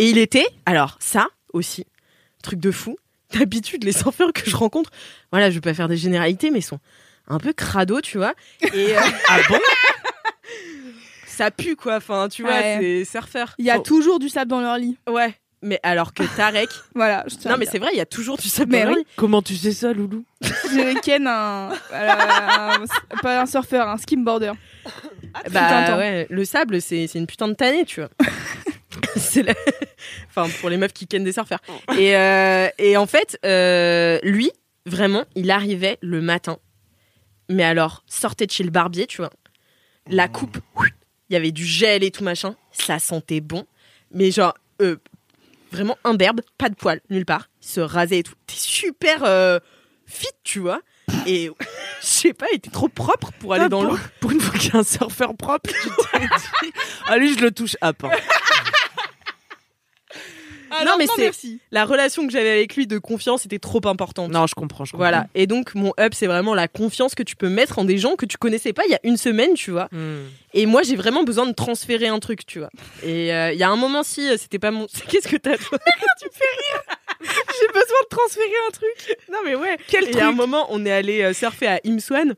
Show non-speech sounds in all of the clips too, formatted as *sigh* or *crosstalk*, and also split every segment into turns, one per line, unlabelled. Et il était, alors ça aussi, truc de fou. D'habitude, les surfeurs que je rencontre, voilà, je vais pas faire des généralités, mais ils sont un peu crado, tu vois. Et euh,
*laughs* Ah bon
ça pue, quoi. Enfin, tu vois,
Ouais.
c'est surfeur.
Il y a
Oh,
toujours du sable dans leur lit.
Ouais. Mais alors que Tarek.
Voilà. Je *laughs* tiens
non,
à
mais
dire.
c'est vrai, il y a toujours du sable.
Mais
dans la
oui.
vie.
Comment tu sais ça, Loulou
J'ai ken un, voilà, un- Pas un surfeur, un skimboarder. Ah, putain,
Bah
attends.
ouais, le sable, c'est c'est une putain de tannée, tu
*laughs*
vois. c'est la- Enfin, pour les meufs qui kennent des surfeurs.
Oh.
Et, euh, et en fait, euh, lui, vraiment, il arrivait le matin. Mais alors, sortait de chez le barbier, tu vois. La
Oh.
coupe, il y avait du gel et tout machin. Ça sentait bon. Mais genre, euh, vraiment imberbe, pas de poils, nulle part. Il se rasait et tout. T'es super euh, fit, tu vois. Et *laughs* je sais pas, il était trop propre pour aller
Ah,
dans l'eau.
pour, pour une fois qu'il y a un surfeur propre, tu t'es dit, Ah, lui, je le touche à part.
non, mais c'est-
Ah, merci.
la relation que j'avais avec lui de confiance était trop importante.
Non, je comprends, je comprends.
Voilà. Et donc, mon up, c'est vraiment la confiance que tu peux mettre en des gens que tu connaissais pas il y a une semaine, tu vois.
Hmm.
Et moi, j'ai vraiment besoin de transférer un truc, tu vois. Et euh, il y a un moment, si euh, c'était pas mon. *laughs* Qu'est-ce que t'as, toi Tu me fais rire *laughs* J'ai besoin de transférer un truc Non, mais ouais
Quel
Et il y a un moment, on est allé euh, surfer à Imswan.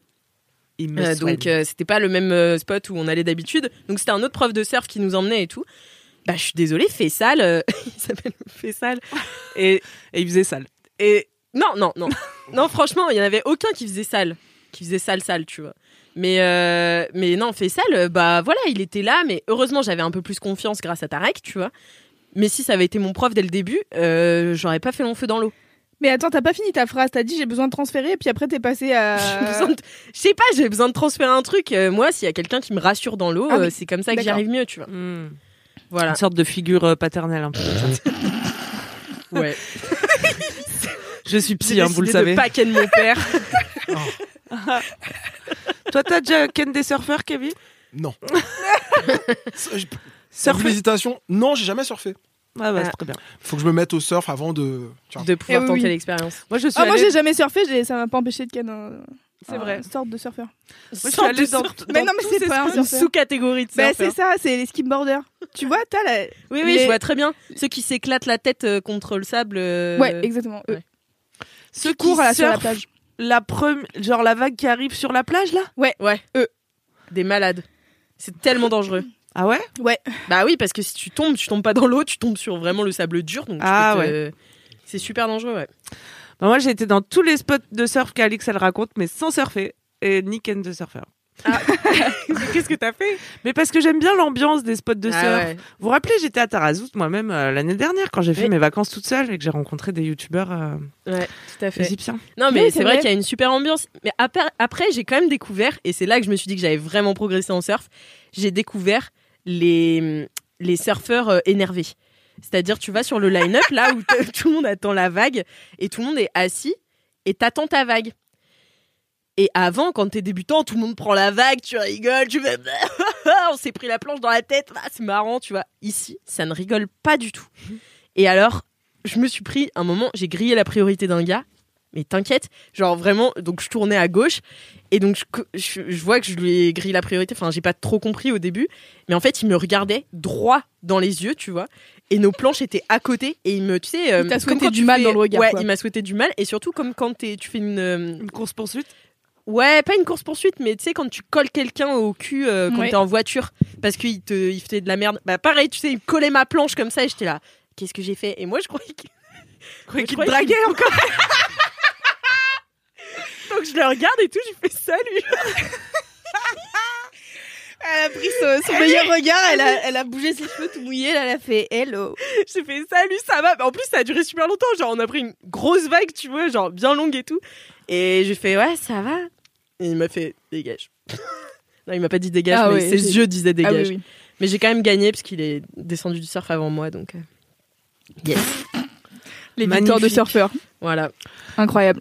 Il me
Euh,
soigne.
donc euh, c'était pas le même euh, spot où on allait d'habitude. Donc c'était un autre prof de surf qui nous emmenait et tout. Bah je suis désolée, Fessal, euh, *laughs* il s'appelle Fessal. Et,
Et il faisait sale.
et non non
*laughs*
non non franchement il y en avait aucun qui faisait sale, qui faisait sale sale tu vois. Mais euh, mais non Fessal, euh, bah voilà il était là, mais heureusement j'avais un peu plus confiance grâce à Tarek tu vois. Mais si ça avait été mon prof dès le début, euh, j'aurais pas fait long feu dans l'eau.
Mais attends, t'as pas fini ta phrase. T'as dit j'ai besoin de transférer, et puis après t'es passé *laughs* à.
*laughs* J'ai besoin de- Je sais pas, j'ai besoin de transférer un truc. Euh, moi, s'il y a quelqu'un qui me rassure dans l'eau,
Ah oui.
euh, c'est comme ça que j'y
D'accord.
arrive mieux, tu vois.
hmm.
Voilà.
*laughs*
Une sorte de figure euh, paternelle, un peu.
Ouais.
Je suis psy, hein, vous le
décidé
savez.
De pas ken mon père.
Ah,
Toi, t'as déjà ken des surfeurs, Kevin
Non. *laughs* Ça, j'ai- Surf
Surf
l'hésitation. Non, j'ai jamais surfé.
Ah, bah, c'est très bien.
Faut que je me mette au surf avant de. Tiens.
de pouvoir
Eh oui,
tenter
oui.
l'expérience.
Moi, je suis
Ah, moi
allée-
j'ai jamais surfé, j'ai- ça m'a pas empêché de ken un.
C'est vrai.
Une sorte de surfeur.
Moi, je suis
Sorte
allée
de
dans,
sorte-
dans
Mais non, mais
tous
c'est
ces
pas un
spots.
une
surfeur.
sous-catégorie de
Bah,
surfeurs.
c'est ça, c'est les skimboarders. tu vois, t'as la.
oui, oui,
Les-
je vois très bien. Ceux qui s'éclatent la tête euh, contre le sable. euh,
Ouais, exactement. eux.
ouais.
Ceux qui
courent là, sur la
surfent
plage.
la première, genre la vague qui arrive sur la plage là.
ouais. Eux. Des malades. C'est tellement dangereux.
Ah ouais.
bah oui, parce que si tu tombes, tu tombes pas dans l'eau, tu tombes sur vraiment le sable dur. Donc tu
Ah,
peux te- C'est super dangereux, ouais.
Bah, moi, j'ai été dans tous les spots de surf qu'Alix elle raconte, mais sans surfer et ni ken de surfeur.
Qu'est-ce que t'as fait
Mais parce que j'aime bien l'ambiance des spots de
Ah
surf.
ouais.
Vous vous rappelez, j'étais à Tarazout moi-même euh, l'année dernière quand j'ai fait
Oui.
mes vacances toute seule et que j'ai rencontré des youtubeurs euh,
Ouais, tout à fait.
égyptiens.
Non, mais
Oui,
c'est
c'est
vrai
vrai.
qu'il y a une super ambiance. Mais après, après, j'ai quand même découvert, et c'est là que je me suis dit que j'avais vraiment progressé en surf, j'ai découvert les, les surfeurs euh, énervés. C'est-à-dire, tu vas sur le line-up, là où t- *laughs* tout le monde attend la vague, et tout le monde est assis, et t'attends ta vague. Et avant, quand t'es débutant, tout le monde prend la vague, tu rigoles, tu fais bah, *laughs* on s'est pris la planche dans la tête, ah, c'est marrant, tu vois. Ici, ça ne rigole pas du tout. Et alors, je me suis pris un moment, j'ai grillé la priorité d'un gars, mais t'inquiète, genre vraiment, donc je tournais à gauche, et donc je, co- je- je vois que je lui ai grillé la priorité, enfin j'ai pas trop compris au début, mais en fait il me regardait droit dans les yeux, tu vois, et nos planches étaient à côté, et il me, tu sais, euh,
Il t'a
comme
souhaité
quand
du
tu
mal
fais-
dans le regard,
Ouais,
quoi.
il m'a souhaité du mal, et surtout comme quand t'es- tu fais une... euh,
Une course poursuite.
Ouais, pas une course poursuite, mais tu sais, quand tu colles quelqu'un au cul euh, quand
Ouais.
t'es en voiture, parce qu'il te, il faisait de la merde. Bah pareil, tu sais, il me collait ma planche comme ça et j'étais là. Qu'est-ce que j'ai fait Et moi, je croyais qu'il
Croyais
je
qu'ils te
croyais
draguaient
qu'il-
encore.
*laughs* Donc je le regarde et tout, j'ai fait salut.
Elle a pris son, son meilleur regard, elle a, elle a bougé ses cheveux tout mouillés, là, elle a fait hello.
J'ai fait salut, ça va. Bah, En plus, ça a duré super longtemps. Genre, on a pris une grosse vague, tu vois, genre bien longue et tout. Et j'ai fait ouais, ça va. Et il m'a fait dégage. *laughs* non, il m'a pas dit dégage,
Ah
mais
ouais,
ses
j'ai- Ah
yeux disaient dégage.
oui.
Mais j'ai quand même gagné parce qu'il est descendu du surf avant moi, donc. euh, Yes.
Les victoires de
Magnifique.
surfeurs.
Voilà.
Incroyable.